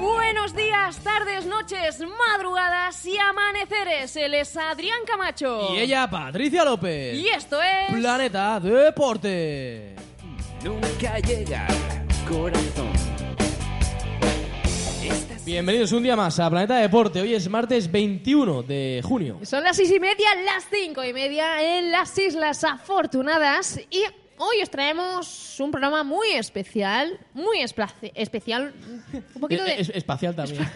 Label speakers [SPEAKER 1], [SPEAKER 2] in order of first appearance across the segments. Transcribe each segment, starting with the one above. [SPEAKER 1] Buenos días, tardes, noches, madrugadas y amaneceres. Él es Adrián Camacho.
[SPEAKER 2] Y ella, Patricia López.
[SPEAKER 1] Y esto es.
[SPEAKER 2] Planeta Deporte.
[SPEAKER 3] Nunca llega, corazón. Estas-
[SPEAKER 2] Bienvenidos un día más a Planeta Deporte. Hoy es martes 21 de junio.
[SPEAKER 1] Son las seis y media, las cinco y media en las Islas Afortunadas. Y hoy os traemos un programa muy especial. Muy esplace- especial. Un poquito de.
[SPEAKER 2] Es- espacial también.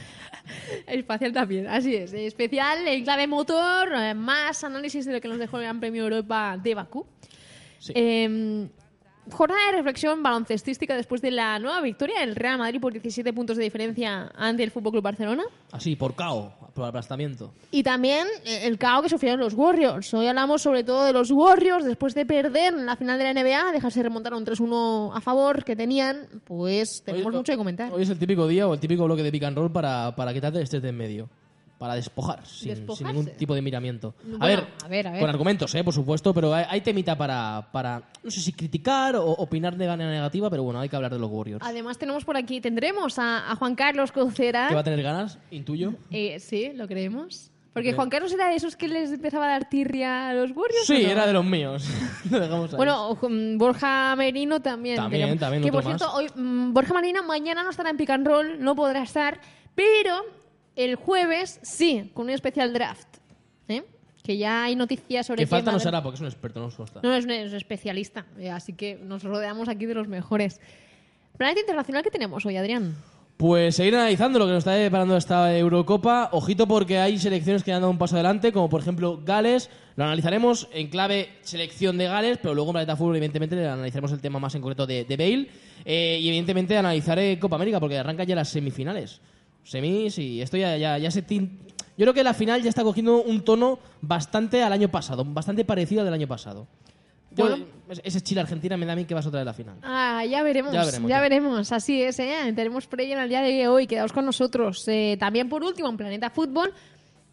[SPEAKER 1] Espacial también, así es. Especial en clave motor, eh, más análisis de lo que nos dejó el Gran Premio Europa de Bakú.
[SPEAKER 2] Sí.
[SPEAKER 1] Eh, jornada de reflexión baloncestística después de la nueva victoria del Real Madrid por 17 puntos de diferencia ante el Fútbol Club Barcelona.
[SPEAKER 2] Así, por cao, por aplastamiento.
[SPEAKER 1] Y también eh, el caos que sufrieron los Warriors. Hoy hablamos sobre todo de los Warriors después de perder en la final de la NBA, dejarse remontar a un 3-1 a favor que tenían. Pues tenemos
[SPEAKER 2] Hoy-
[SPEAKER 1] mucho que comentar.
[SPEAKER 2] Hoy es el típico día o el típico bloque de pick and roll para, para quitarte este de en medio. Para despojar, sin, sin
[SPEAKER 1] Despojarse.
[SPEAKER 2] ningún tipo de miramiento. A,
[SPEAKER 1] Bueno,
[SPEAKER 2] ver,
[SPEAKER 1] a ver, a ver.
[SPEAKER 2] con argumentos, eh, por supuesto, pero hay, hay temita para, para, no sé si criticar o opinar de manera negativa, pero bueno, hay que hablar de los Warriors.
[SPEAKER 1] Además tenemos por aquí, tendremos a, a Juan Carlos
[SPEAKER 2] ¿Qué va a
[SPEAKER 1] Cocera.
[SPEAKER 2] tener ganas? Intuyo.
[SPEAKER 1] Eh, sí, lo creemos. Porque
[SPEAKER 2] Ok.
[SPEAKER 1] Juan Carlos era de esos que les empezaba a dar tirria a los Warriors.
[SPEAKER 2] Sí,
[SPEAKER 1] ¿o no?
[SPEAKER 2] era de los míos. Lo dejamos ahí.
[SPEAKER 1] Bueno, mm, Borja Merino también.
[SPEAKER 2] También,
[SPEAKER 1] tenemos.
[SPEAKER 2] también,
[SPEAKER 1] Que
[SPEAKER 2] otro
[SPEAKER 1] por cierto, hoy, mm, Borja Merino mañana no estará en pick and roll, no podrá estar, pero el jueves sí, con un especial draft. ¿eh? Que ya hay noticias sobre.
[SPEAKER 2] que
[SPEAKER 1] quién
[SPEAKER 2] falta
[SPEAKER 1] va a
[SPEAKER 2] nos
[SPEAKER 1] haber-
[SPEAKER 2] hará porque es un experto, no nos consta.
[SPEAKER 1] No, es un, es un especialista, eh, así que nos rodeamos aquí de los mejores. Planeta Internacional que tenemos hoy, Adrián.
[SPEAKER 2] Pues seguir analizando lo que nos está deparando esta Eurocopa. Ojito porque hay selecciones que han dado un paso adelante, como por ejemplo Gales. Lo analizaremos en clave selección de Gales, pero luego en Planeta Fútbol, evidentemente, le analizaremos el tema más en concreto de, de Bale. Eh, y evidentemente analizaré Copa América porque arranca ya las semifinales. Semis y esto ya, ya, ya se... tin- Yo creo que la final ya está cogiendo un tono bastante al año pasado, bastante parecido al del año pasado. Yo-
[SPEAKER 1] Bueno.
[SPEAKER 2] ese Chile-Argentina me da a mí que vas otra vez a la final.
[SPEAKER 1] Ah, ya veremos, ya
[SPEAKER 2] Ya
[SPEAKER 1] veremos,
[SPEAKER 2] veremos, ya.
[SPEAKER 1] así es, ¿eh? tenemos previa en el día de hoy, quedaos con nosotros. Eh, también por último, en Planeta Fútbol,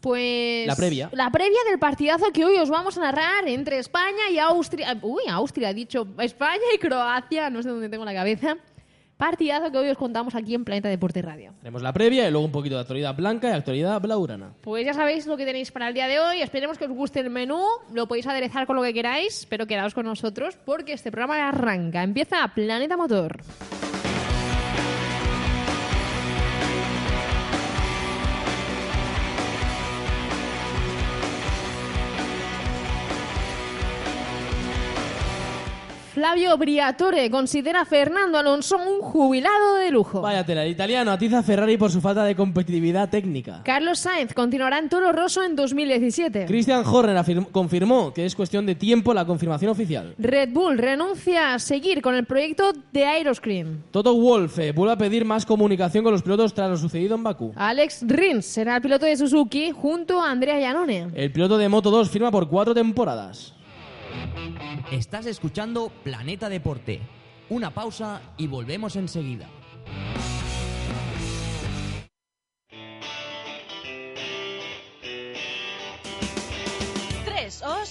[SPEAKER 1] pues...
[SPEAKER 2] La previa.
[SPEAKER 1] La previa del partidazo que hoy os vamos a narrar entre España y Austria. Eh, Uy, Austria, he dicho España y Croacia, no sé dónde tengo la cabeza. Partidazo que hoy os contamos aquí en Planeta Deporte Radio.
[SPEAKER 2] Tenemos la previa y luego un poquito de actualidad blanca y actualidad blaurana.
[SPEAKER 1] Pues ya sabéis lo que tenéis para el día de hoy. Esperemos que os guste el menú. Lo podéis aderezar con lo que queráis, pero quedaos con nosotros porque este programa arranca. Empieza Planeta Motor. Flavio Briatore considera a Fernando Alonso un jubilado de lujo.
[SPEAKER 2] Vaya tela, el italiano atiza a Ferrari por su falta de competitividad técnica.
[SPEAKER 1] Carlos Sainz continuará en Toro Rosso en 2017.
[SPEAKER 2] Christian Horner afirm- confirmó que es cuestión de tiempo la confirmación oficial.
[SPEAKER 1] Red Bull renuncia a seguir con el proyecto de Aeroscreen.
[SPEAKER 2] Toto Wolff eh, vuelve a pedir más comunicación con los pilotos tras lo sucedido en Bakú.
[SPEAKER 1] Alex Rins será el piloto de Suzuki junto a Andrea Iannone.
[SPEAKER 2] El piloto de Moto 2 firma por cuatro temporadas.
[SPEAKER 4] Estás escuchando Planeta Deporte. Una pausa y volvemos enseguida.
[SPEAKER 5] Tres O's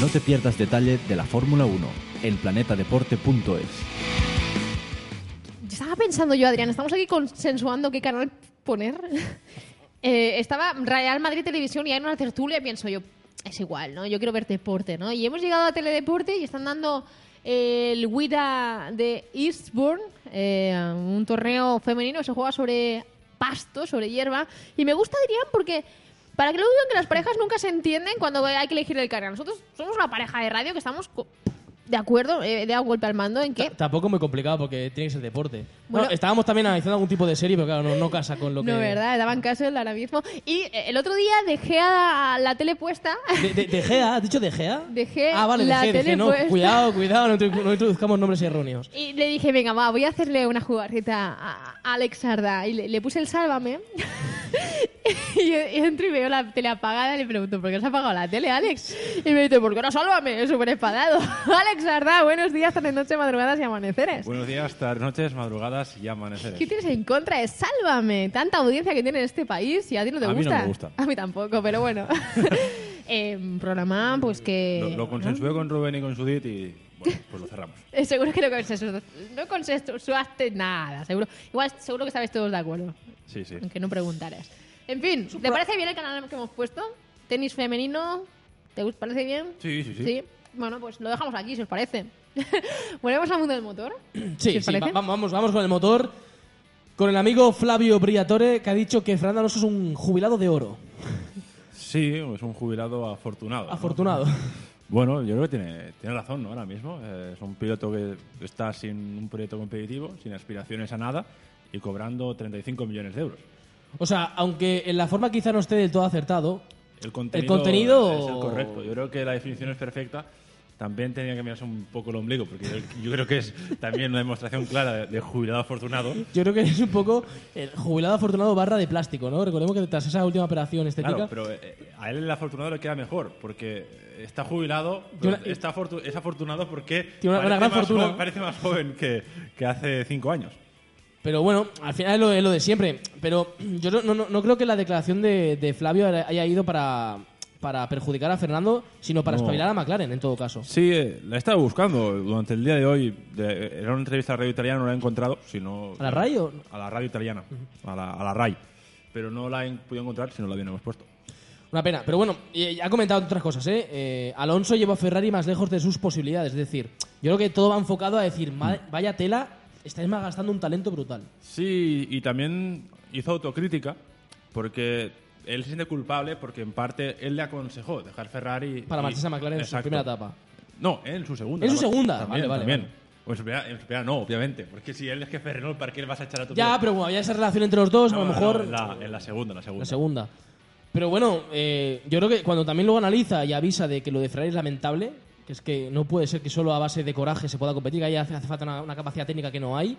[SPEAKER 6] No te pierdas detalle de la Fórmula 1 en planetadeporte.es.
[SPEAKER 1] Estaba pensando yo, Adrián, estamos aquí consensuando qué canal poner. Eh, estaba Real Madrid Televisión y hay una tertulia y pienso yo, es igual, ¿no? Yo quiero ver deporte, ¿no? Y hemos llegado a Teledeporte y están dando eh, el Wida de Eastbourne, eh, un torneo femenino que se juega sobre pasto, sobre hierba. Y me gusta, Adrián, porque... Para que lo digan que las parejas nunca se entienden cuando hay que elegir el canal. Nosotros somos una pareja de radio que estamos co- de acuerdo, eh, he dado golpe al mando en que
[SPEAKER 2] T- Tampoco es muy complicado porque tiene que ser deporte.
[SPEAKER 1] Bueno.
[SPEAKER 2] Bueno, estábamos también analizando algún tipo de serie, pero claro, no, no casa con lo que.
[SPEAKER 1] No, ¿verdad? Daban caso el ahora mismo. Y eh, el otro día dejé a la tele puesta.
[SPEAKER 2] De, de- de Gea, ¿has dicho de Gea?
[SPEAKER 1] Dejé
[SPEAKER 2] Ah, vale, de
[SPEAKER 1] la
[SPEAKER 2] Gea, de
[SPEAKER 1] tele
[SPEAKER 2] Gea, no.
[SPEAKER 1] puesta.
[SPEAKER 2] Cuidado, cuidado, no, introdu- no introduzcamos nombres erróneos.
[SPEAKER 1] Y le dije, venga, va, voy a hacerle una jugarreta a a Alex Arda. Y le, le puse el sálvame. y, y entro y veo la tele apagada. Y le pregunto, ¿por qué no se ha apagado la tele, Alex? Y me dice, ¿por qué no sálvame? Es súper enfadado. Alex Arda, buenos días, tardes, noches, madrugadas y amaneceres.
[SPEAKER 7] Buenos días, tardes, noches, madrugadas y
[SPEAKER 1] ¿Qué
[SPEAKER 7] amaneceres.
[SPEAKER 1] tienes en contra de Sálvame? Tanta audiencia que tiene en este país y a ti no te
[SPEAKER 7] A mí
[SPEAKER 1] gusta.
[SPEAKER 7] no me gusta.
[SPEAKER 1] A mí tampoco, pero bueno. Eh, un programa, pues que.
[SPEAKER 7] Lo, lo consensué con Rubén y con Judith y bueno, pues lo cerramos.
[SPEAKER 1] Eh, seguro que no consensuaste, no consensuaste nada, seguro. Igual, seguro que estabais todos de acuerdo,
[SPEAKER 7] Sí, sí.
[SPEAKER 1] aunque no preguntaras. En fin, ¿te parece bien el canal que hemos puesto? Tenis femenino, ¿te gust- parece bien?
[SPEAKER 7] Sí, sí, sí.
[SPEAKER 1] Bueno, pues lo dejamos aquí, si os parece. Volvemos al mundo del motor.
[SPEAKER 2] Sí,
[SPEAKER 1] os
[SPEAKER 2] sí,
[SPEAKER 1] parece?
[SPEAKER 2] va- vamos, vamos con el motor. Con el amigo Flavio Briatore, que ha dicho que Fernando Alonso es un jubilado de oro.
[SPEAKER 7] Sí, es un jubilado afortunado. ¿no?
[SPEAKER 2] Afortunado.
[SPEAKER 7] Bueno, yo creo que tiene, tiene razón, ¿no? Ahora mismo. Eh, es un piloto que está sin un proyecto competitivo, sin aspiraciones a nada y cobrando 35 millones de euros.
[SPEAKER 2] O sea, aunque en la forma quizá no esté del todo acertado,
[SPEAKER 7] El contenido,
[SPEAKER 2] contenido
[SPEAKER 7] es el
[SPEAKER 2] o-
[SPEAKER 7] correcto. Yo creo que la definición es perfecta. También tenía que mirarse un poco el ombligo, porque yo, yo creo que es también una demostración clara de, de jubilado afortunado.
[SPEAKER 2] yo creo que es un poco el jubilado afortunado barra de plástico, ¿no? Recordemos que tras esa última operación estética.
[SPEAKER 7] Claro, pero eh, a él el afortunado le queda mejor, porque está jubilado,
[SPEAKER 2] Y una-
[SPEAKER 7] pero está afortu- es afortunado porque
[SPEAKER 2] Tiene una- una gran
[SPEAKER 7] más
[SPEAKER 2] fortuna.
[SPEAKER 7] joven- parece más joven que, que hace cinco años.
[SPEAKER 2] Pero bueno, al final es lo, es lo de siempre. Pero yo no, no- no creo que la declaración de, de Flavio haya ido para, para perjudicar a Fernando, sino para
[SPEAKER 7] No.
[SPEAKER 2] espabilar a McLaren, en todo caso.
[SPEAKER 7] Sí, eh, la he estado buscando durante el día de hoy. de- era una entrevista a Radio Italiana, no la he encontrado. Sino,
[SPEAKER 2] ¿A la RAI o-
[SPEAKER 7] A la Radio Italiana, a, la, a la RAI. Pero no la he podido encontrar si no la habíamos puesto.
[SPEAKER 2] Una pena. Pero bueno, eh, ya ha comentado otras cosas, ¿eh? Eh, Alonso llevó a Ferrari más lejos de sus posibilidades. Es decir, yo creo que todo va enfocado a decir, "Madre-
[SPEAKER 7] Mm.
[SPEAKER 2] vaya tela, estáis malgastando un talento brutal.
[SPEAKER 7] Sí, y también hizo autocrítica porque él se siente culpable porque en parte él le aconsejó dejar Ferrari.
[SPEAKER 2] Para
[SPEAKER 7] y-
[SPEAKER 2] marcharse a McLaren en su
[SPEAKER 7] Exacto.
[SPEAKER 2] primera etapa.
[SPEAKER 7] No, en su segunda.
[SPEAKER 2] En su
[SPEAKER 7] la-
[SPEAKER 2] segunda,
[SPEAKER 7] También,
[SPEAKER 2] vale, vale,
[SPEAKER 7] también.
[SPEAKER 2] vale.
[SPEAKER 7] O en su primera, en su primera no, obviamente. Porque si él es jefe de Renault, ¿para qué le vas a echar a tu
[SPEAKER 2] Ya,
[SPEAKER 7] piloto?
[SPEAKER 2] pero bueno, había esa relación entre los dos, a
[SPEAKER 7] No,
[SPEAKER 2] lo
[SPEAKER 7] no,
[SPEAKER 2] mejor...
[SPEAKER 7] no, en, la, en la segunda, en la segunda.
[SPEAKER 2] La segunda. Pero bueno, eh, yo creo que cuando también luego analiza y avisa de que lo de Ferrari es lamentable, que es que no puede ser que solo a base de coraje se pueda competir, que ahí hace, hace falta una, una capacidad técnica que no hay.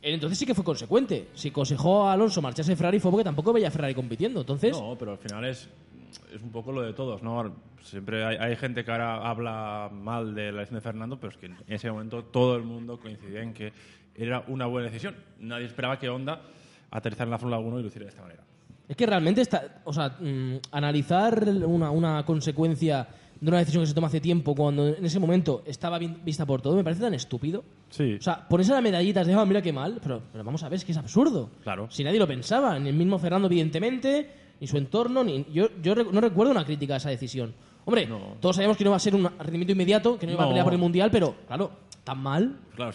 [SPEAKER 2] él Entonces sí que fue consecuente. Si aconsejó a Alonso marcharse de Ferrari fue porque tampoco veía a Ferrari compitiendo. Entonces,
[SPEAKER 7] No, pero al final es, es un poco lo de todos, ¿no? Siempre hay, hay gente que ahora habla mal de la decisión de Fernando, pero es que en ese momento todo el mundo coincidía en que era una buena decisión. Nadie esperaba que Honda aterrizara en la Fórmula 1 y luciera de esta manera.
[SPEAKER 2] es que realmente está, o sea, mm, analizar una, una consecuencia de una decisión que se toma hace tiempo cuando en ese momento estaba bien vista por todo me parece tan estúpido.
[SPEAKER 7] Sí.
[SPEAKER 2] O sea, ponerse las medallitas de, "Ah, mira qué mal, pero, pero vamos a ver, es que es absurdo.
[SPEAKER 7] Claro.
[SPEAKER 2] Si nadie lo pensaba, ni el mismo Fernando, evidentemente, ni su entorno, ni yo, yo rec- no recuerdo una crítica a esa decisión. Hombre,
[SPEAKER 7] No.
[SPEAKER 2] todos sabemos que no va a ser un rendimiento inmediato, que no, iba a
[SPEAKER 7] No.
[SPEAKER 2] pelear por el Mundial, pero, claro, tan mal.
[SPEAKER 7] claro,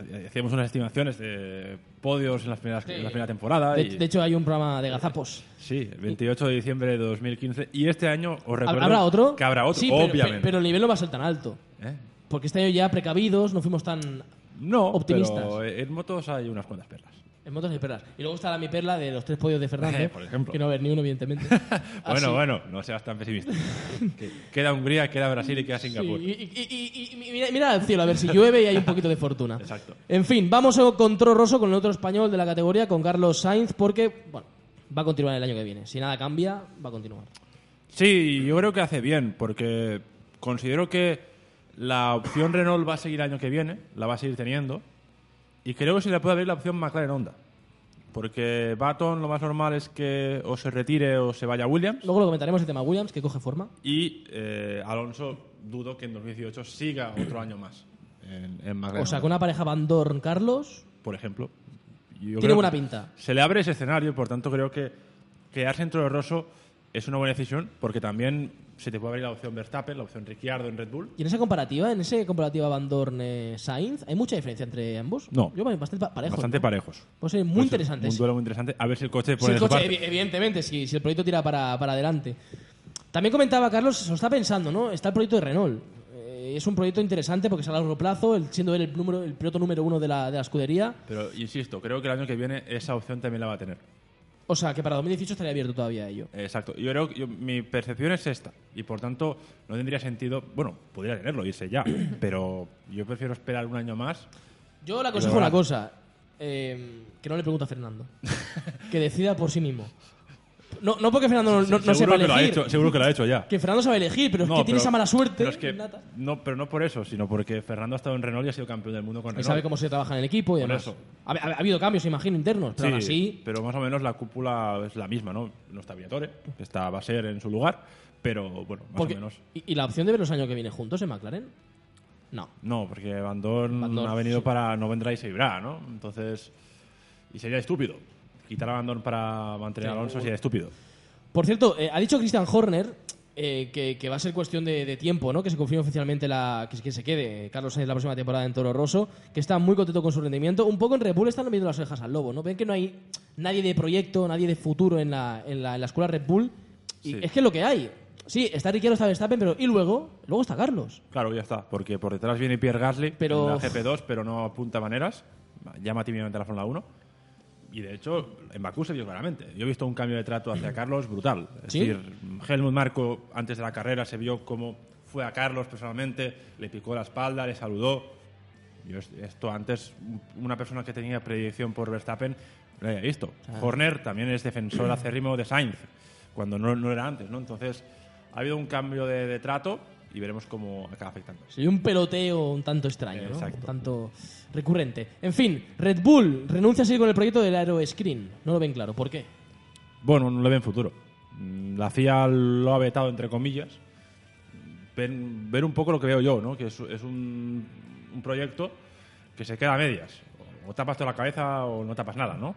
[SPEAKER 7] eh, hacíamos unas estimaciones de podios en, las primeras, en la primera temporada.
[SPEAKER 2] De,
[SPEAKER 7] y,
[SPEAKER 2] de hecho, hay un programa de gazapos.
[SPEAKER 7] sí, el 28 de diciembre de 2015. Y este año os recuerdo
[SPEAKER 2] ¿Habrá otro?
[SPEAKER 7] que habrá otro,
[SPEAKER 2] Sí, pero-
[SPEAKER 7] obviamente.
[SPEAKER 2] Pero, el nivel no va a ser tan alto.
[SPEAKER 7] ¿Eh?
[SPEAKER 2] Porque este año ya precavidos, no fuimos tan...
[SPEAKER 7] No,
[SPEAKER 2] Optimistas.
[SPEAKER 7] pero en motos hay unas cuantas perlas.
[SPEAKER 2] En motos y perlas. Y luego está la mi perla de los tres podios de Fernando.
[SPEAKER 7] Por ejemplo.
[SPEAKER 2] Que no va a haber ni uno, evidentemente.
[SPEAKER 7] Bueno,
[SPEAKER 2] Así.
[SPEAKER 7] bueno, no seas tan pesimista. Que- queda Hungría, queda Brasil y queda
[SPEAKER 2] Sí,
[SPEAKER 7] Singapur.
[SPEAKER 2] y, y- y- y- y mira, mira al cielo a ver si llueve y hay un poquito de fortuna.
[SPEAKER 7] Exacto.
[SPEAKER 2] En fin, vamos con Toro Rosso, con el otro español de la categoría, con Carlos Sainz, porque bueno, va a continuar el año que viene. Si nada cambia, va a continuar.
[SPEAKER 7] Sí, yo creo que hace bien, porque considero que la opción Renault va a seguir el año que viene, la va a seguir teniendo, y creo que se le puede abrir la opción McLaren Honda. Porque Baton lo más normal es que o se retire o se vaya a Williams,
[SPEAKER 2] Luego lo comentaremos el tema Williams, que coge forma.
[SPEAKER 7] y eh, Alonso dudo que en 2018 siga otro año más en, en McLaren.
[SPEAKER 2] O sea,
[SPEAKER 7] Honda.
[SPEAKER 2] con una pareja Van Dorn, Carlos.
[SPEAKER 7] por ejemplo. Yo
[SPEAKER 2] Tiene
[SPEAKER 7] creo
[SPEAKER 2] buena
[SPEAKER 7] que
[SPEAKER 2] pinta.
[SPEAKER 7] Se le abre ese escenario, y por tanto creo que quedarse dentro de Rosso es una buena decisión porque también se te puede abrir la opción Verstappen, la opción Ricciardo en Red Bull.
[SPEAKER 2] Y en esa comparativa, en ese comparativa Van Dorn eh, Sainz, ¿hay mucha diferencia entre ambos?
[SPEAKER 7] No.
[SPEAKER 2] Yo bastante pa- parejo.
[SPEAKER 7] Bastante
[SPEAKER 2] ¿no?
[SPEAKER 7] parejos.
[SPEAKER 2] Puede ser muy
[SPEAKER 7] Puede ser
[SPEAKER 2] interesante.
[SPEAKER 7] Un
[SPEAKER 2] ese.
[SPEAKER 7] duelo muy interesante. A ver si el coche
[SPEAKER 2] Si el
[SPEAKER 7] pone de su
[SPEAKER 2] coche,
[SPEAKER 7] parte.
[SPEAKER 2] evi- evidentemente, si, si el proyecto tira para, para adelante. También comentaba Carlos, se lo está pensando, ¿no? Está el proyecto de Renault. Eh, eh, es un proyecto interesante porque es a largo plazo, el, siendo él el, número, el piloto número uno de la, de la escudería.
[SPEAKER 7] Pero insisto, creo que el año que viene esa opción también la va a tener.
[SPEAKER 2] O sea, que para 2018 estaría abierto todavía a ello.
[SPEAKER 7] Exacto. Yo creo que yo- mi percepción es esta. Y por tanto, no tendría sentido. Bueno, podría tenerlo, irse ya. pero yo prefiero esperar un año más.
[SPEAKER 2] Yo le aconsejo
[SPEAKER 7] Pero-
[SPEAKER 2] una cosa, eh, que no le pregunte a Fernando, que decida por sí mismo. No, no porque Fernando no, no- no
[SPEAKER 7] seguro
[SPEAKER 2] sepa
[SPEAKER 7] que lo ha
[SPEAKER 2] elegir,
[SPEAKER 7] hecho, seguro que lo ha hecho ya.
[SPEAKER 2] que Fernando sabe elegir, pero
[SPEAKER 7] No,
[SPEAKER 2] es que tiene
[SPEAKER 7] pero-
[SPEAKER 2] esa mala suerte.
[SPEAKER 7] Pero es que-
[SPEAKER 2] innata.
[SPEAKER 7] no, pero no por eso, sino porque Fernando ha estado en Renault y ha sido campeón del mundo con
[SPEAKER 2] Y
[SPEAKER 7] Renault.
[SPEAKER 2] sabe cómo se trabaja en el equipo y
[SPEAKER 7] Por
[SPEAKER 2] demás.
[SPEAKER 7] eso.
[SPEAKER 2] Ha, ha- ha habido cambios, imagino, internos, pero aún así...
[SPEAKER 7] pero más o menos la cúpula es la misma, ¿no? No está Viatore, está va a ser en su lugar, pero bueno, más
[SPEAKER 2] porque-
[SPEAKER 7] o menos.
[SPEAKER 2] ¿y, y la opción de ver los años que vienen juntos en McLaren? No.
[SPEAKER 7] No, porque Van Dorn,
[SPEAKER 2] Van Dorn,
[SPEAKER 7] ha venido
[SPEAKER 2] sí.
[SPEAKER 7] para no vendrá y se irá, ¿no? Entonces, y sería estúpido. Quitar a Van Dorn para mantener a
[SPEAKER 2] Sí,
[SPEAKER 7] Alonso
[SPEAKER 2] o-
[SPEAKER 7] sería estúpido.
[SPEAKER 2] Por cierto, eh, ha dicho Christian Horner eh, que, que va a ser cuestión de, de tiempo, ¿no? Que se confirme oficialmente la, que, que se quede eh, Carlos Sainz la próxima temporada en Toro Rosso, que está muy contento con su rendimiento. Un poco en Red Bull están viendo las orejas al lobo, ¿no? Ven que no hay nadie de proyecto, nadie de futuro en la, en la, en la escuela Red Bull. Y
[SPEAKER 7] Sí.
[SPEAKER 2] es que es lo que hay. Sí, está Ricciardo, está Verstappen, pero y luego, luego está Carlos.
[SPEAKER 7] Claro, ya está, porque por detrás viene Pierre Gasly
[SPEAKER 2] Pero-
[SPEAKER 7] en la GP2, pero no apunta maneras. Llama tímidamente a la Fórmula 1. Y de hecho, en Bakú se vio claramente. Yo he visto un cambio de trato hacia Carlos brutal. Es
[SPEAKER 2] ¿Sí?
[SPEAKER 7] decir, Helmut Marco, antes de la carrera, se vio cómo fue a Carlos personalmente, le picó la espalda, le saludó. Yo es- esto antes, un- una persona que tenía predicción por Verstappen, lo había visto. Horner también es defensor acérrimo de Sainz, cuando no, no era antes, ¿no? Entonces, ha habido un cambio de, de trato y veremos cómo acaba afectando.
[SPEAKER 2] Sí, un peloteo un tanto extraño, ¿no?
[SPEAKER 7] Exacto.
[SPEAKER 2] Un tanto recurrente. En fin, Red Bull renuncia a seguir con el proyecto del Aero Screen. No lo ven claro. ¿Por qué?
[SPEAKER 7] Bueno, no le ven futuro. Mm, La CIA lo ha vetado, entre comillas. Ven, ver un poco lo que veo yo, ¿no? Que es, es un, un proyecto que se queda a medias. O tapas toda la cabeza o no tapas nada, ¿no?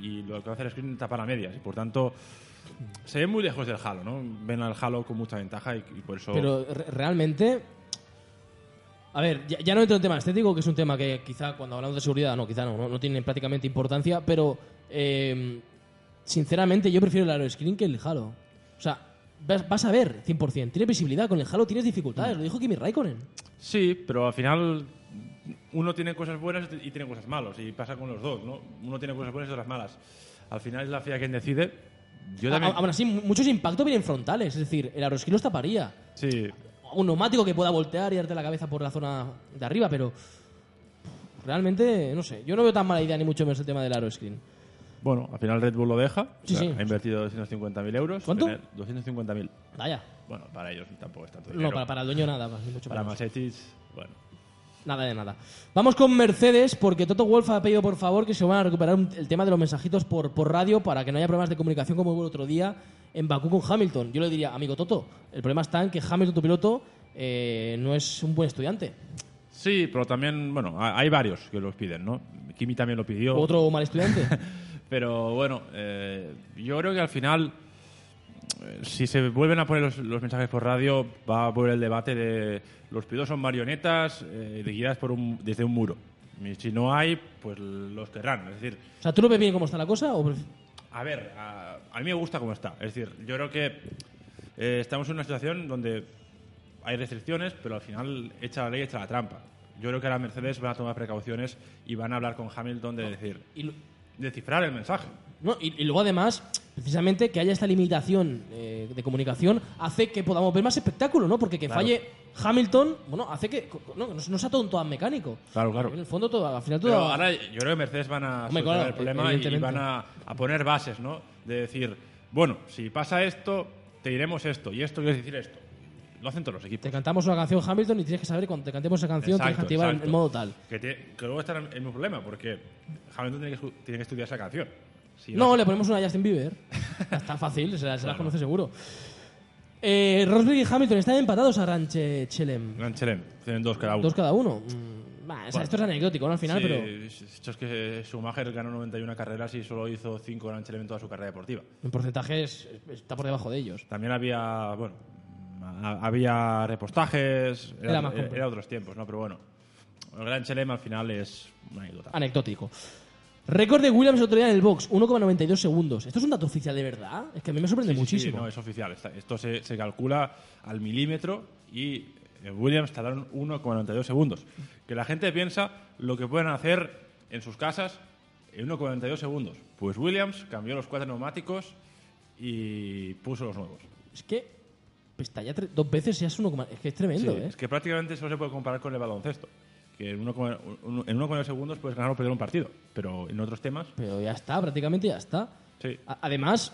[SPEAKER 7] Y lo que hace el screen es tapar a medias. Y por tanto, se ven muy lejos del Halo, ¿no? Ven al Halo con mucha ventaja y, y por eso.
[SPEAKER 2] Pero re- realmente. A ver, ya, ya no entro en tema estético, que es un tema que quizá cuando hablamos de seguridad, no, quizá no, no, no tiene prácticamente importancia, pero eh, sinceramente yo prefiero el aeroscreen que el Halo. O sea, vas, vas a ver 100%, tiene visibilidad, con el Halo tienes
[SPEAKER 7] Mm.
[SPEAKER 2] dificultades, lo dijo Kimi Raikkonen.
[SPEAKER 7] Sí, pero al final uno tiene cosas buenas y tiene cosas malas. Y pasa con los dos, ¿no? Uno tiene cosas buenas y otras malas. Al final es la CIA quien decide. Yo
[SPEAKER 2] A-
[SPEAKER 7] también.
[SPEAKER 2] a- Aún así, mu- muchos impactos vienen frontales, es decir, el aeroscreen los taparía.
[SPEAKER 7] Sí,
[SPEAKER 2] Un neumático que pueda voltear y darte la cabeza por la zona de arriba, pero realmente, no sé, yo no veo tan mala idea ni mucho menos el tema del aeroscreen.
[SPEAKER 7] Bueno, al final Red Bull lo deja.
[SPEAKER 2] Sí,
[SPEAKER 7] O sea,
[SPEAKER 2] sí.
[SPEAKER 7] Ha invertido 250.000 euros.
[SPEAKER 2] ¿Cuánto?
[SPEAKER 7] Tener 250.000.
[SPEAKER 2] Vaya.
[SPEAKER 7] Bueno, para ellos tampoco es tanto dinero.
[SPEAKER 2] No, para, para el dueño nada, más, ni mucho
[SPEAKER 7] Para
[SPEAKER 2] menos.
[SPEAKER 7] Masetic, bueno.
[SPEAKER 2] Nada de nada. Vamos con Mercedes, porque Toto Wolf ha pedido por favor que se van a recuperar un- el tema de los mensajitos por, por radio para que no haya problemas de comunicación como hubo el otro día en Bakú con Hamilton. Yo le diría, amigo Toto, el problema está en que Hamilton, tu piloto, eh, no es un buen estudiante.
[SPEAKER 7] Sí, pero también, bueno, ha- hay varios que los piden, ¿no? Kimi también lo pidió.
[SPEAKER 2] Otro mal estudiante.
[SPEAKER 7] Pero bueno, eh, yo creo que al final, eh, si se vuelven a poner los, los mensajes por radio, va a volver el debate de los pidos son marionetas eh, dirigidas por un, desde un muro. Y si no hay, pues los querrán. Es decir,
[SPEAKER 2] o sea, ¿tú lo ves bien cómo está la cosa? O...
[SPEAKER 7] A ver, a, a mí me gusta cómo está. Es decir, yo creo que eh, estamos en una situación donde hay restricciones, pero al final echa la ley, echa la trampa. Yo creo que ahora Mercedes va a tomar precauciones y van a hablar con Hamilton de decir,
[SPEAKER 2] y lo-
[SPEAKER 7] descifrar el mensaje.
[SPEAKER 2] No, y, y luego además, precisamente que haya esta limitación eh, de comunicación hace que podamos ver más espectáculo, ¿no? Porque que
[SPEAKER 7] Claro.
[SPEAKER 2] falle Hamilton, bueno, hace que co- co- no, no sea todo un todo mecánico.
[SPEAKER 7] Claro, claro.
[SPEAKER 2] En el fondo, todo, al final todo...
[SPEAKER 7] Pero ahora yo creo que Mercedes van a
[SPEAKER 2] Hombre,
[SPEAKER 7] solucionar
[SPEAKER 2] claro,
[SPEAKER 7] el problema y- y,
[SPEAKER 2] evidentemente.
[SPEAKER 7] van a, a poner bases, ¿no? De decir, bueno, si pasa esto, te diremos esto y esto quieres decir esto. Lo hacen todos los equipos.
[SPEAKER 2] Te cantamos una canción Hamilton y tienes que saber cuando te cantemos esa canción tienes que
[SPEAKER 7] Exacto,
[SPEAKER 2] activar
[SPEAKER 7] exacto.
[SPEAKER 2] el modo tal.
[SPEAKER 7] Que, te- que luego está en el mismo problema, porque Hamilton tiene que, escu- tiene que estudiar esa canción. Si
[SPEAKER 2] No,
[SPEAKER 7] vas-
[SPEAKER 2] le ponemos una a Justin Bieber. Está fácil, se, la- se las conoce seguro. Eh, Rosberg y Hamilton están empatados a Ranche Chelem.
[SPEAKER 7] Gran Chelem, tienen dos cada uno.
[SPEAKER 2] Dos cada uno. Mm, bah, o sea,
[SPEAKER 7] Bueno.
[SPEAKER 2] esto es anecdótico, ¿no? Al final,
[SPEAKER 7] Sí,
[SPEAKER 2] pero...
[SPEAKER 7] esto es que Schumacher ganó 91 carreras y solo hizo 5 Gran Chelem en toda su carrera deportiva.
[SPEAKER 2] En porcentajes está por debajo de ellos.
[SPEAKER 7] También había, bueno, ha- había repostajes, era,
[SPEAKER 2] Era más
[SPEAKER 7] era-
[SPEAKER 2] complejo.
[SPEAKER 7] era otros tiempos, ¿no? Pero bueno, el Gran Chelem al final es una anécdota.
[SPEAKER 2] anecdótico. Récord de Williams el otro día en el box, 1,92 segundos. ¿Esto es un dato oficial de verdad? Es que a mí me sorprende
[SPEAKER 7] Sí, sí, sí,
[SPEAKER 2] muchísimo.
[SPEAKER 7] no, es oficial. Está- Esto se, se calcula al milímetro y En Williams tardaron 1,92 segundos. Que la gente piensa lo que pueden hacer en sus casas en 1,92 segundos. Pues Williams cambió los cuatro neumáticos y puso los nuevos.
[SPEAKER 2] Es que pestaña tre- dos veces y es uno. coma- Es que es tremendo,
[SPEAKER 7] Sí,
[SPEAKER 2] ¿eh?
[SPEAKER 7] Es que prácticamente solo se puede comparar con el baloncesto. Que en 1,9 segundos puedes ganar o perder un partido. Pero en otros temas,
[SPEAKER 2] Pero ya está, prácticamente ya está.
[SPEAKER 7] Sí.
[SPEAKER 2] A- Además,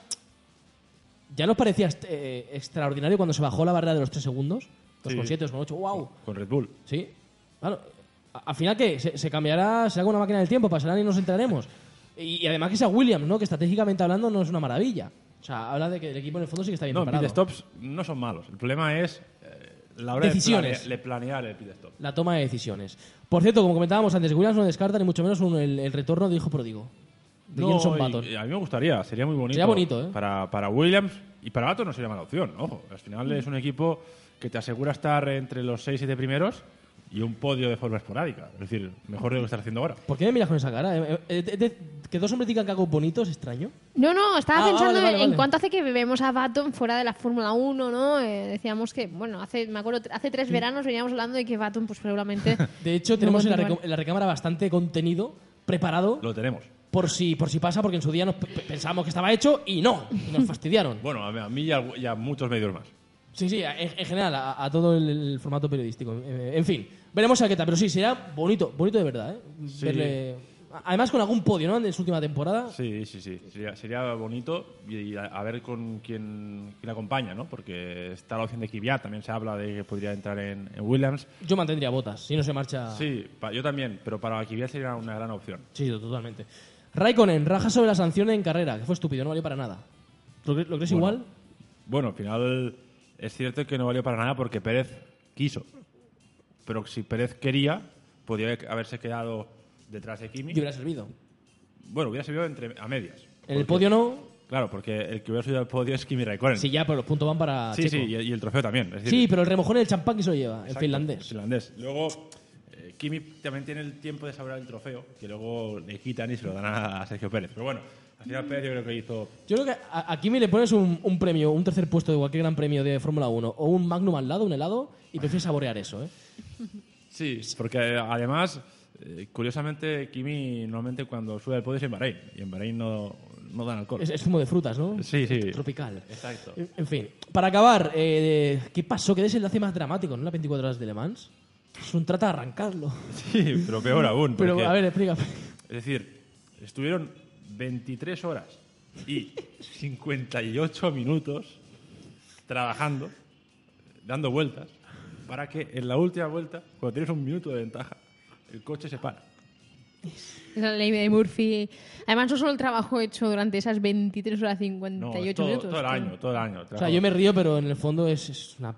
[SPEAKER 2] ya nos parecía est- eh, extraordinario cuando se bajó la barrera de los 3 segundos. 2,7, 2,8, wow.
[SPEAKER 7] con Red Bull.
[SPEAKER 2] Sí, claro. A- Al final, ¿qué? ¿Se, se cambiará? ¿Será una máquina del tiempo? ¿Pasarán y nos enteraremos? Y, y además que sea Williams, ¿no? Que estratégicamente hablando no es una maravilla. O sea, habla de que el equipo en el fondo sí que está bien
[SPEAKER 7] No,
[SPEAKER 2] preparado.
[SPEAKER 7] pit stops no son malos. El problema es eh, la hora
[SPEAKER 2] Decisiones.
[SPEAKER 7] de planear, de planear el pit stop.
[SPEAKER 2] La toma de decisiones. Por cierto, como comentábamos antes, Williams no descarta ni mucho menos un- el, el retorno de hijo pródigo. De
[SPEAKER 7] No,
[SPEAKER 2] Jenson
[SPEAKER 7] y-
[SPEAKER 2] Button.
[SPEAKER 7] y a mí me gustaría, sería muy bonito.
[SPEAKER 2] Sería bonito, ¿eh?
[SPEAKER 7] Para, para Williams y para Button no sería mala opción, ojo. Al final es un equipo que te asegura estar entre los 6 y 7 primeros y un podio de forma esporádica. Es decir, mejor de lo que está haciendo ahora.
[SPEAKER 2] ¿Por qué me miras con esa cara? Eh, eh, eh, de- que dos hombres digan que hago bonito es extraño.
[SPEAKER 1] No, no, estaba
[SPEAKER 2] Ah, ah,
[SPEAKER 1] pensando
[SPEAKER 2] vale, vale,
[SPEAKER 1] en
[SPEAKER 2] vale.
[SPEAKER 1] cuánto hace que vemos a Baton fuera de la Fórmula 1, ¿no? Eh, decíamos que, bueno, hace, me acuerdo, hace tres veranos veníamos hablando de que Baton, pues seguramente.
[SPEAKER 2] De hecho,
[SPEAKER 1] no
[SPEAKER 2] tenemos en la,
[SPEAKER 1] continuará.
[SPEAKER 2] reco- en la recámara bastante contenido preparado
[SPEAKER 7] Lo tenemos.
[SPEAKER 2] por si, por si pasa, porque en su día nos pe- pe- pensábamos que estaba hecho y no. Y nos fastidiaron.
[SPEAKER 7] Bueno, a mí- a mí y a- y a muchos medios más.
[SPEAKER 2] Sí, sí, en, en general, a, a todo el, el formato periodístico. Eh, En fin, veremos a qué tal. Pero sí, será bonito, bonito de verdad, ¿eh? Verle- a- Además, con algún podio, ¿no? En su última temporada.
[SPEAKER 7] Sí, sí, sí. Sería, sería bonito y, y a, a ver con quién, quién acompaña, ¿no? Porque está la opción de Kvyat, también se habla de que podría entrar en, en Williams.
[SPEAKER 2] Yo mantendría botas, si no se marcha.
[SPEAKER 7] Sí, pa- yo también, pero para Kvyat sería una gran opción.
[SPEAKER 2] Sí, totalmente. Raikkonen, raja sobre la sanción en carrera, que fue estúpido, no valió para nada. ¿Lo, cre- lo crees igual?
[SPEAKER 7] Bueno, al final es cierto que no valió para nada porque Pérez quiso. Pero si Pérez quería, podía haberse quedado detrás de Kimi.
[SPEAKER 2] Y hubiera servido.
[SPEAKER 7] Bueno, hubiera servido entre, a medias.
[SPEAKER 2] En el
[SPEAKER 7] Porque-
[SPEAKER 2] podio no.
[SPEAKER 7] Claro, porque el que hubiera subido al podio es Kimi Raikkonen.
[SPEAKER 2] Sí, ya, pero los puntos van para.
[SPEAKER 7] sí,
[SPEAKER 2] Checo.
[SPEAKER 7] sí, y, y el trofeo también. Es decir,
[SPEAKER 2] Sí, pero el remojón del champán que se lo lleva, el
[SPEAKER 7] Exacto,
[SPEAKER 2] finlandés.
[SPEAKER 7] finlandés. Luego, eh, Kimi también tiene el tiempo de saborear el trofeo, que luego le quitan y se lo dan a Sergio Pérez. Pero bueno, al final Pérez yo creo que hizo.
[SPEAKER 2] Yo creo que a, a Kimi le pones un, un premio, un tercer puesto de cualquier gran premio de Fórmula 1 o un Magnum al lado, un helado, y prefieres saborear eso, ¿eh?
[SPEAKER 7] Sí, porque eh, además, eh, curiosamente, Kimi normalmente cuando sube al podio es en Bahrein, y en Bahrein no, no dan alcohol.
[SPEAKER 2] Es, es zumo de frutas, ¿no?
[SPEAKER 7] Sí, sí.
[SPEAKER 2] Tropical.
[SPEAKER 7] Exacto.
[SPEAKER 2] En en fin, para acabar, eh, ¿qué pasó? ¿Qué desenlace más dramático, no? Las 24 horas de Le Mans. Es un trata de arrancarlo.
[SPEAKER 7] Sí, pero peor aún.
[SPEAKER 2] Pero,
[SPEAKER 7] porque-
[SPEAKER 2] a ver, explícame.
[SPEAKER 7] Es decir, estuvieron 23 horas y 58 minutos trabajando, dando vueltas, para que en la última vuelta, cuando tienes un minuto de ventaja, el coche se para.
[SPEAKER 1] Es la ley de Murphy. Además, no solo el trabajo hecho durante esas 23 horas 58
[SPEAKER 7] No, es todo,
[SPEAKER 1] minutos.
[SPEAKER 7] todo el
[SPEAKER 1] tío.
[SPEAKER 7] año, todo el año.
[SPEAKER 2] O sea,
[SPEAKER 7] trabajando.
[SPEAKER 2] yo me río, pero en el fondo es, es una...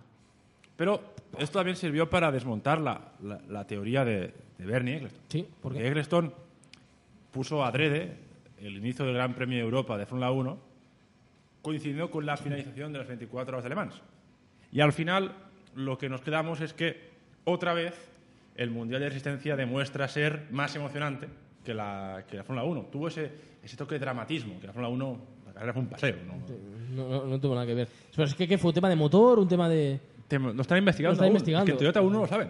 [SPEAKER 7] Pero esto también sirvió para desmontar la, la- la teoría de, de Bernie Ecclestone.
[SPEAKER 2] Sí, ¿por qué?
[SPEAKER 7] Porque Eccleston puso adrede el inicio del Gran Premio de Europa de Fórmula 1 coincidiendo con la finalización de las 24 horas de Le Mans. Y al final lo que nos quedamos es que otra vez el Mundial de Resistencia demuestra ser más emocionante que la, que la Fórmula 1. Tuvo ese, ese toque de dramatismo, que la Fórmula 1, la carrera fue un paseo. ¿no?
[SPEAKER 2] No, no, no tuvo nada que ver. Pero es que ¿qué fue un tema de motor, un tema de...
[SPEAKER 7] Te- lo están investigando.
[SPEAKER 2] Lo están
[SPEAKER 7] aún.
[SPEAKER 2] investigando.
[SPEAKER 7] Es que en Toyota 1 lo saben.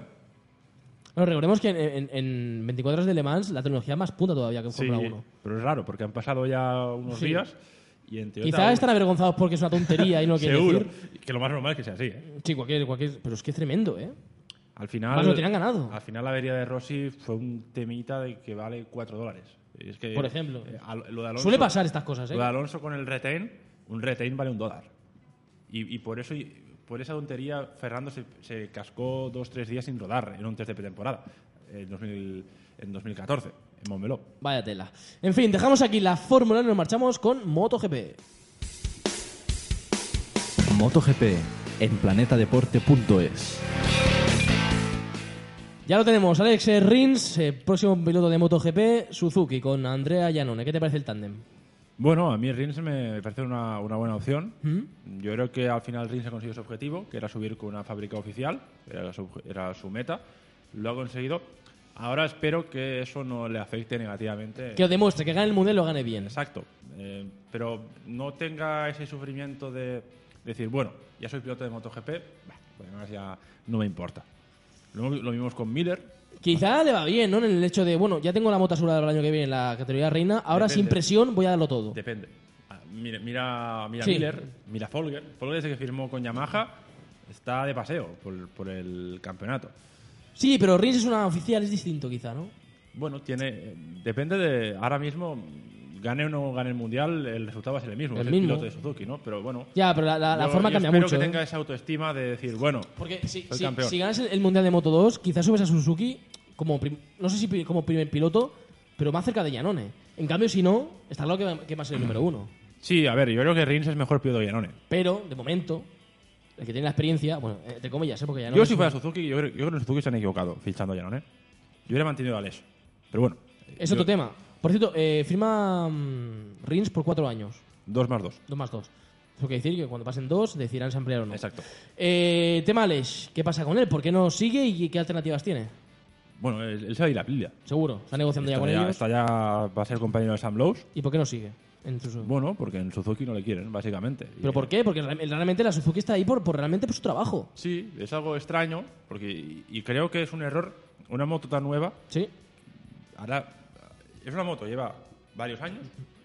[SPEAKER 2] Bueno, recordemos que en, en- en 24 horas de Le Mans la tecnología más punta todavía que en Fórmula 1.
[SPEAKER 7] Pero es raro, porque han pasado ya unos
[SPEAKER 2] Sí.
[SPEAKER 7] días y en teoría.
[SPEAKER 2] Quizás están avergonzados porque es una tontería y no lo quieren
[SPEAKER 7] Seguro.
[SPEAKER 2] decir.
[SPEAKER 7] Que lo más normal es que sea así, ¿eh?
[SPEAKER 2] Sí, cualquier, cualquier... Pero es que es tremendo, ¿eh?
[SPEAKER 7] Al final.
[SPEAKER 2] Más lo tenían ganado.
[SPEAKER 7] Al final, la avería de Rossi fue un temita de que vale 4 dólares. Y es que,
[SPEAKER 2] Por ejemplo.
[SPEAKER 7] eh, al- lo de Alonso-
[SPEAKER 2] Suele pasar estas cosas, ¿eh?
[SPEAKER 7] Lo de Alonso con el retain, un retain vale un dólar. Y, y por eso. y por esa tontería, Fernando se, se cascó dos tres días sin rodar en un test de pretemporada en, 2000 en 2014, en Montmeló.
[SPEAKER 2] Vaya tela. En fin, dejamos aquí la fórmula y nos marchamos con MotoGP.
[SPEAKER 6] MotoGP en planetadeporte.es.
[SPEAKER 2] Ya lo tenemos, Alex eh, Rins, eh, próximo piloto de MotoGP, Suzuki con Andrea Iannone. ¿Qué te parece el tándem?
[SPEAKER 7] Bueno, a mí Rins me parece una, una buena opción. Yo creo que al final Rins ha conseguido su objetivo, que era subir con una fábrica oficial, era su, era su meta, lo ha conseguido. Ahora espero que eso no le afecte negativamente.
[SPEAKER 2] Que lo demuestre, que gane el mundial lo gane bien.
[SPEAKER 7] Exacto, Eh, pero no tenga ese sufrimiento de decir, bueno, pues ya soy piloto de MotoGP, bah, lo demás ya no me importa. Lo, hemos- lo vimos con Miller.
[SPEAKER 2] Quizá le va bien, ¿no? En el hecho de, bueno, ya tengo la moto asegurada para el año que viene en la categoría reina, ahora
[SPEAKER 7] Depende.
[SPEAKER 2] sin presión voy a darlo todo.
[SPEAKER 7] Depende. Ah, Mira, mira, mira
[SPEAKER 2] Sí.
[SPEAKER 7] Miller, mira Folger. Folger ese que firmó con Yamaha está de paseo por, por el campeonato.
[SPEAKER 2] Sí, pero Rins es una oficial, es distinto quizá, ¿no?
[SPEAKER 7] Bueno, tiene. eh, Depende de. Ahora mismo, gane o no gane el mundial, el resultado va a ser el mismo.
[SPEAKER 2] El
[SPEAKER 7] es
[SPEAKER 2] mismo.
[SPEAKER 7] el piloto de Suzuki, ¿no? Pero bueno.
[SPEAKER 2] Ya, pero la, la- la
[SPEAKER 7] yo-
[SPEAKER 2] forma
[SPEAKER 7] yo
[SPEAKER 2] cambia
[SPEAKER 7] espero
[SPEAKER 2] mucho.
[SPEAKER 7] que
[SPEAKER 2] ¿eh?
[SPEAKER 7] tenga esa autoestima de decir, bueno.
[SPEAKER 2] Porque si,
[SPEAKER 7] soy
[SPEAKER 2] si-
[SPEAKER 7] campeón.
[SPEAKER 2] si ganas el, el Mundial de Moto 2, quizás subes a Suzuki como, prim- no sé si pri- como primer piloto, pero más cerca de Yanone. En cambio, si no, está claro que va, que va a ser el número uno.
[SPEAKER 7] Sí, a ver, yo creo que Rins es mejor piloto que Yanone.
[SPEAKER 2] Pero, de momento, el que tiene la experiencia, bueno, eh, entre comillas, ¿eh? porque Iannone
[SPEAKER 7] yo,
[SPEAKER 2] es
[SPEAKER 7] si
[SPEAKER 2] un-
[SPEAKER 7] fuera Suzuki, yo creo, yo creo que Suzuki se han equivocado fichando a Yanone. Yo hubiera mantenido a Alex. Pero bueno.
[SPEAKER 2] Es
[SPEAKER 7] yo-
[SPEAKER 2] otro tema. Por cierto, eh, firma mm, Rins por cuatro años.
[SPEAKER 7] Dos más dos.
[SPEAKER 2] Dos más dos. Eso quiere decir que cuando pasen dos decidirán si ampliar o no.
[SPEAKER 7] Exacto.
[SPEAKER 2] Eh, tema Alex, ¿qué pasa con él? ¿Por qué no sigue y qué alternativas tiene?
[SPEAKER 7] Bueno, él, él se va a ir a Pilla.
[SPEAKER 2] Seguro, está negociando ya
[SPEAKER 7] Está
[SPEAKER 2] con
[SPEAKER 7] ya,
[SPEAKER 2] ellos.
[SPEAKER 7] está ya- va a ser compañero de Sam Lowe's.
[SPEAKER 2] ¿Y por qué no sigue? En su-
[SPEAKER 7] Bueno, porque en Suzuki no le quieren, básicamente.
[SPEAKER 2] ¿Pero por qué? Porque real- realmente la Suzuki está ahí por, por realmente por su trabajo.
[SPEAKER 7] Sí, es algo extraño, porque y y creo que es un error. Una moto tan nueva,
[SPEAKER 2] Sí.
[SPEAKER 7] ahora es una moto, lleva varios años,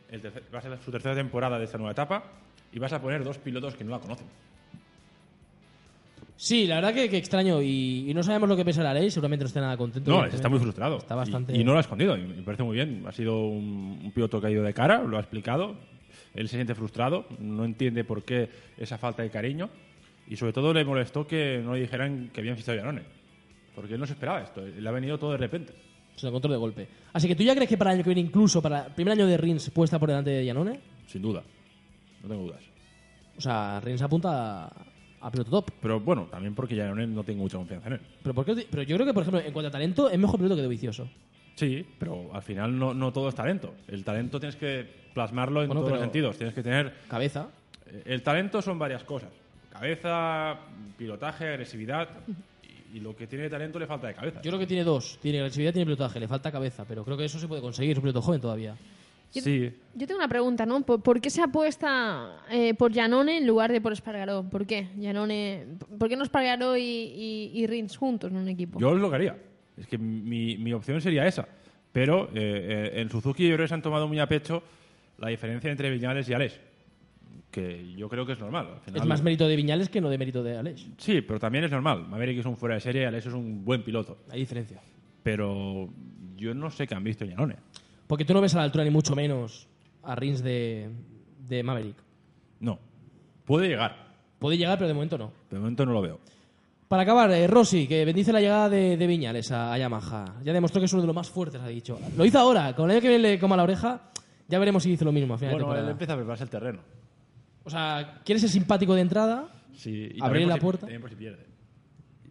[SPEAKER 7] el tercer- va a ser su tercera temporada de esta nueva etapa, y vas a poner dos pilotos que no la conocen.
[SPEAKER 2] Sí, la verdad que, que extraño. Y, y no sabemos lo que pensará Ley, seguramente no esté nada contento.
[SPEAKER 7] No,
[SPEAKER 2] evidentemente.
[SPEAKER 7] está muy frustrado.
[SPEAKER 2] eh, Está
[SPEAKER 7] Y-
[SPEAKER 2] bastante.
[SPEAKER 7] Y, no lo ha escondido, y me parece muy bien. Ha sido un, un piloto que ha ido de cara, lo ha explicado. Él se siente frustrado, no entiende por qué esa falta de cariño. Y sobre todo le molestó que no le dijeran que habían fichado a Janone. Porque él no se esperaba esto, él ha venido todo de repente.
[SPEAKER 2] Se lo encontró de golpe. Así que tú ya crees que para el año que viene, incluso para el primer año de Rins, puede estar por delante de Yanone.
[SPEAKER 7] Sin duda, no tengo dudas.
[SPEAKER 2] O sea, Rins apunta a, a piloto top.
[SPEAKER 7] Pero bueno, también porque Janone no tengo mucha confianza en él.
[SPEAKER 2] Pero, ¿por qué os di- pero yo creo que, por ejemplo, en cuanto a talento, es mejor piloto que de vicioso.
[SPEAKER 7] Sí, pero al final no, no todo es talento. El talento tienes que plasmarlo en
[SPEAKER 2] Bueno,
[SPEAKER 7] todos los
[SPEAKER 2] pero-
[SPEAKER 7] sentidos. Tienes que tener
[SPEAKER 2] Cabeza.
[SPEAKER 7] Eh, El talento son varias cosas. Cabeza, pilotaje, agresividad. Y, y lo que tiene de talento le falta de cabeza.
[SPEAKER 2] Yo creo que tiene dos. Tiene agresividad, tiene pilotaje. Le falta cabeza. Pero creo que eso se puede conseguir. Es un piloto joven todavía.
[SPEAKER 7] Sí.
[SPEAKER 1] Yo tengo una pregunta, ¿no? ¿Por, por qué se apuesta eh, por Janone en lugar de por Espargaró? ¿Por qué? Janone, ¿Por qué no Espargaró y, y, y Rins juntos en un equipo?
[SPEAKER 7] Yo es lo que haría. Es que mi, mi opción sería esa. Pero eh, eh, en Suzuki yo creo que se han tomado muy a pecho la diferencia entre Viñales y Alex. Que yo creo que es normal. Al final-
[SPEAKER 2] Es más mérito de Viñales que no de mérito de Alex.
[SPEAKER 7] Sí, pero también es normal. Maverick es un fuera de serie y Alex es un buen piloto.
[SPEAKER 2] Hay diferencia.
[SPEAKER 7] Pero yo no sé qué han visto en Yanone.
[SPEAKER 2] Porque tú no ves a la altura ni mucho menos a Rins de, de Maverick.
[SPEAKER 7] No. Puede llegar.
[SPEAKER 2] Puede llegar, pero de momento no.
[SPEAKER 7] De momento no lo veo.
[SPEAKER 2] Para acabar, eh, Rossi, que bendice la llegada de, de Viñales a, a Yamaha. Ya demostró que es uno de los más fuertes, ha dicho. Lo hizo ahora, con el año que viene le coma la oreja. Ya veremos si dice lo mismo a final de
[SPEAKER 7] Bueno, él
[SPEAKER 2] temporada.
[SPEAKER 7] empieza a prepararse el terreno.
[SPEAKER 2] O sea, ¿quieres ser simpático de entrada?
[SPEAKER 7] Sí, y
[SPEAKER 2] Abrir
[SPEAKER 7] también por
[SPEAKER 2] la
[SPEAKER 7] si-
[SPEAKER 2] puerta.
[SPEAKER 7] también por si pierde.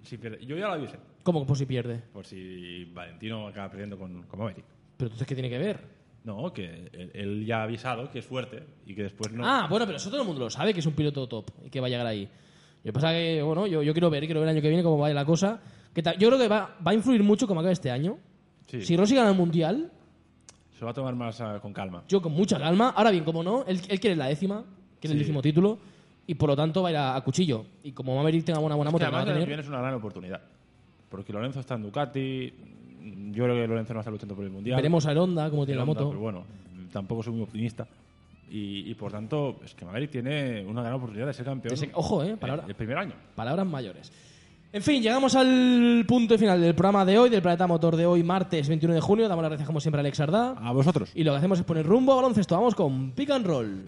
[SPEAKER 7] Si pierde. Yo ya lo avisé.
[SPEAKER 2] ¿Cómo que por si pierde?
[SPEAKER 7] Por si Valentino acaba perdiendo con, con Maverick.
[SPEAKER 2] Pero entonces, ¿qué tiene que ver?
[SPEAKER 7] No, que él, él ya ha avisado que es fuerte y que después no.
[SPEAKER 2] Ah, bueno, pero eso todo el mundo lo sabe, que es un piloto top y que va a llegar ahí. Lo que pasa que, bueno, yo, yo quiero ver, quiero ver el año que viene cómo va la cosa. Que ta- yo creo que va, va a influir mucho como acabe este año.
[SPEAKER 7] Sí.
[SPEAKER 2] Si Rossi gana el Mundial,
[SPEAKER 7] Se va a tomar más ah, con calma.
[SPEAKER 2] yo con mucha calma. Ahora bien, como no, él, él quiere la décima, quiere el
[SPEAKER 7] Sí.
[SPEAKER 2] décimo título, y por lo tanto va a ir a, a cuchillo. Y como Maverick tenga una buena
[SPEAKER 7] Es que
[SPEAKER 2] moto, que la va
[SPEAKER 7] además
[SPEAKER 2] a
[SPEAKER 7] el año
[SPEAKER 2] tener,
[SPEAKER 7] que viene es una gran oportunidad. Porque Lorenzo está en Ducati. mm, Yo creo que Lorenzo no está luchando por el mundial.
[SPEAKER 2] veremos a Honda cómo tiene
[SPEAKER 7] Honda,
[SPEAKER 2] la moto.
[SPEAKER 7] Pero bueno, mm, tampoco soy muy optimista. Y, y por tanto, es que Maverick tiene una gran oportunidad de ser campeón.
[SPEAKER 2] De ser- ojo, eh,
[SPEAKER 7] eh,
[SPEAKER 2] palabra.
[SPEAKER 7] El primer año.
[SPEAKER 2] Palabras mayores. En fin, llegamos al punto final del programa de hoy, del Planeta Motor de hoy, martes 21 de junio. Damos las gracias como siempre a Alex Ardá.
[SPEAKER 7] Ah. A vosotros.
[SPEAKER 2] Y lo que hacemos es poner rumbo a baloncesto. Vamos con pick and roll.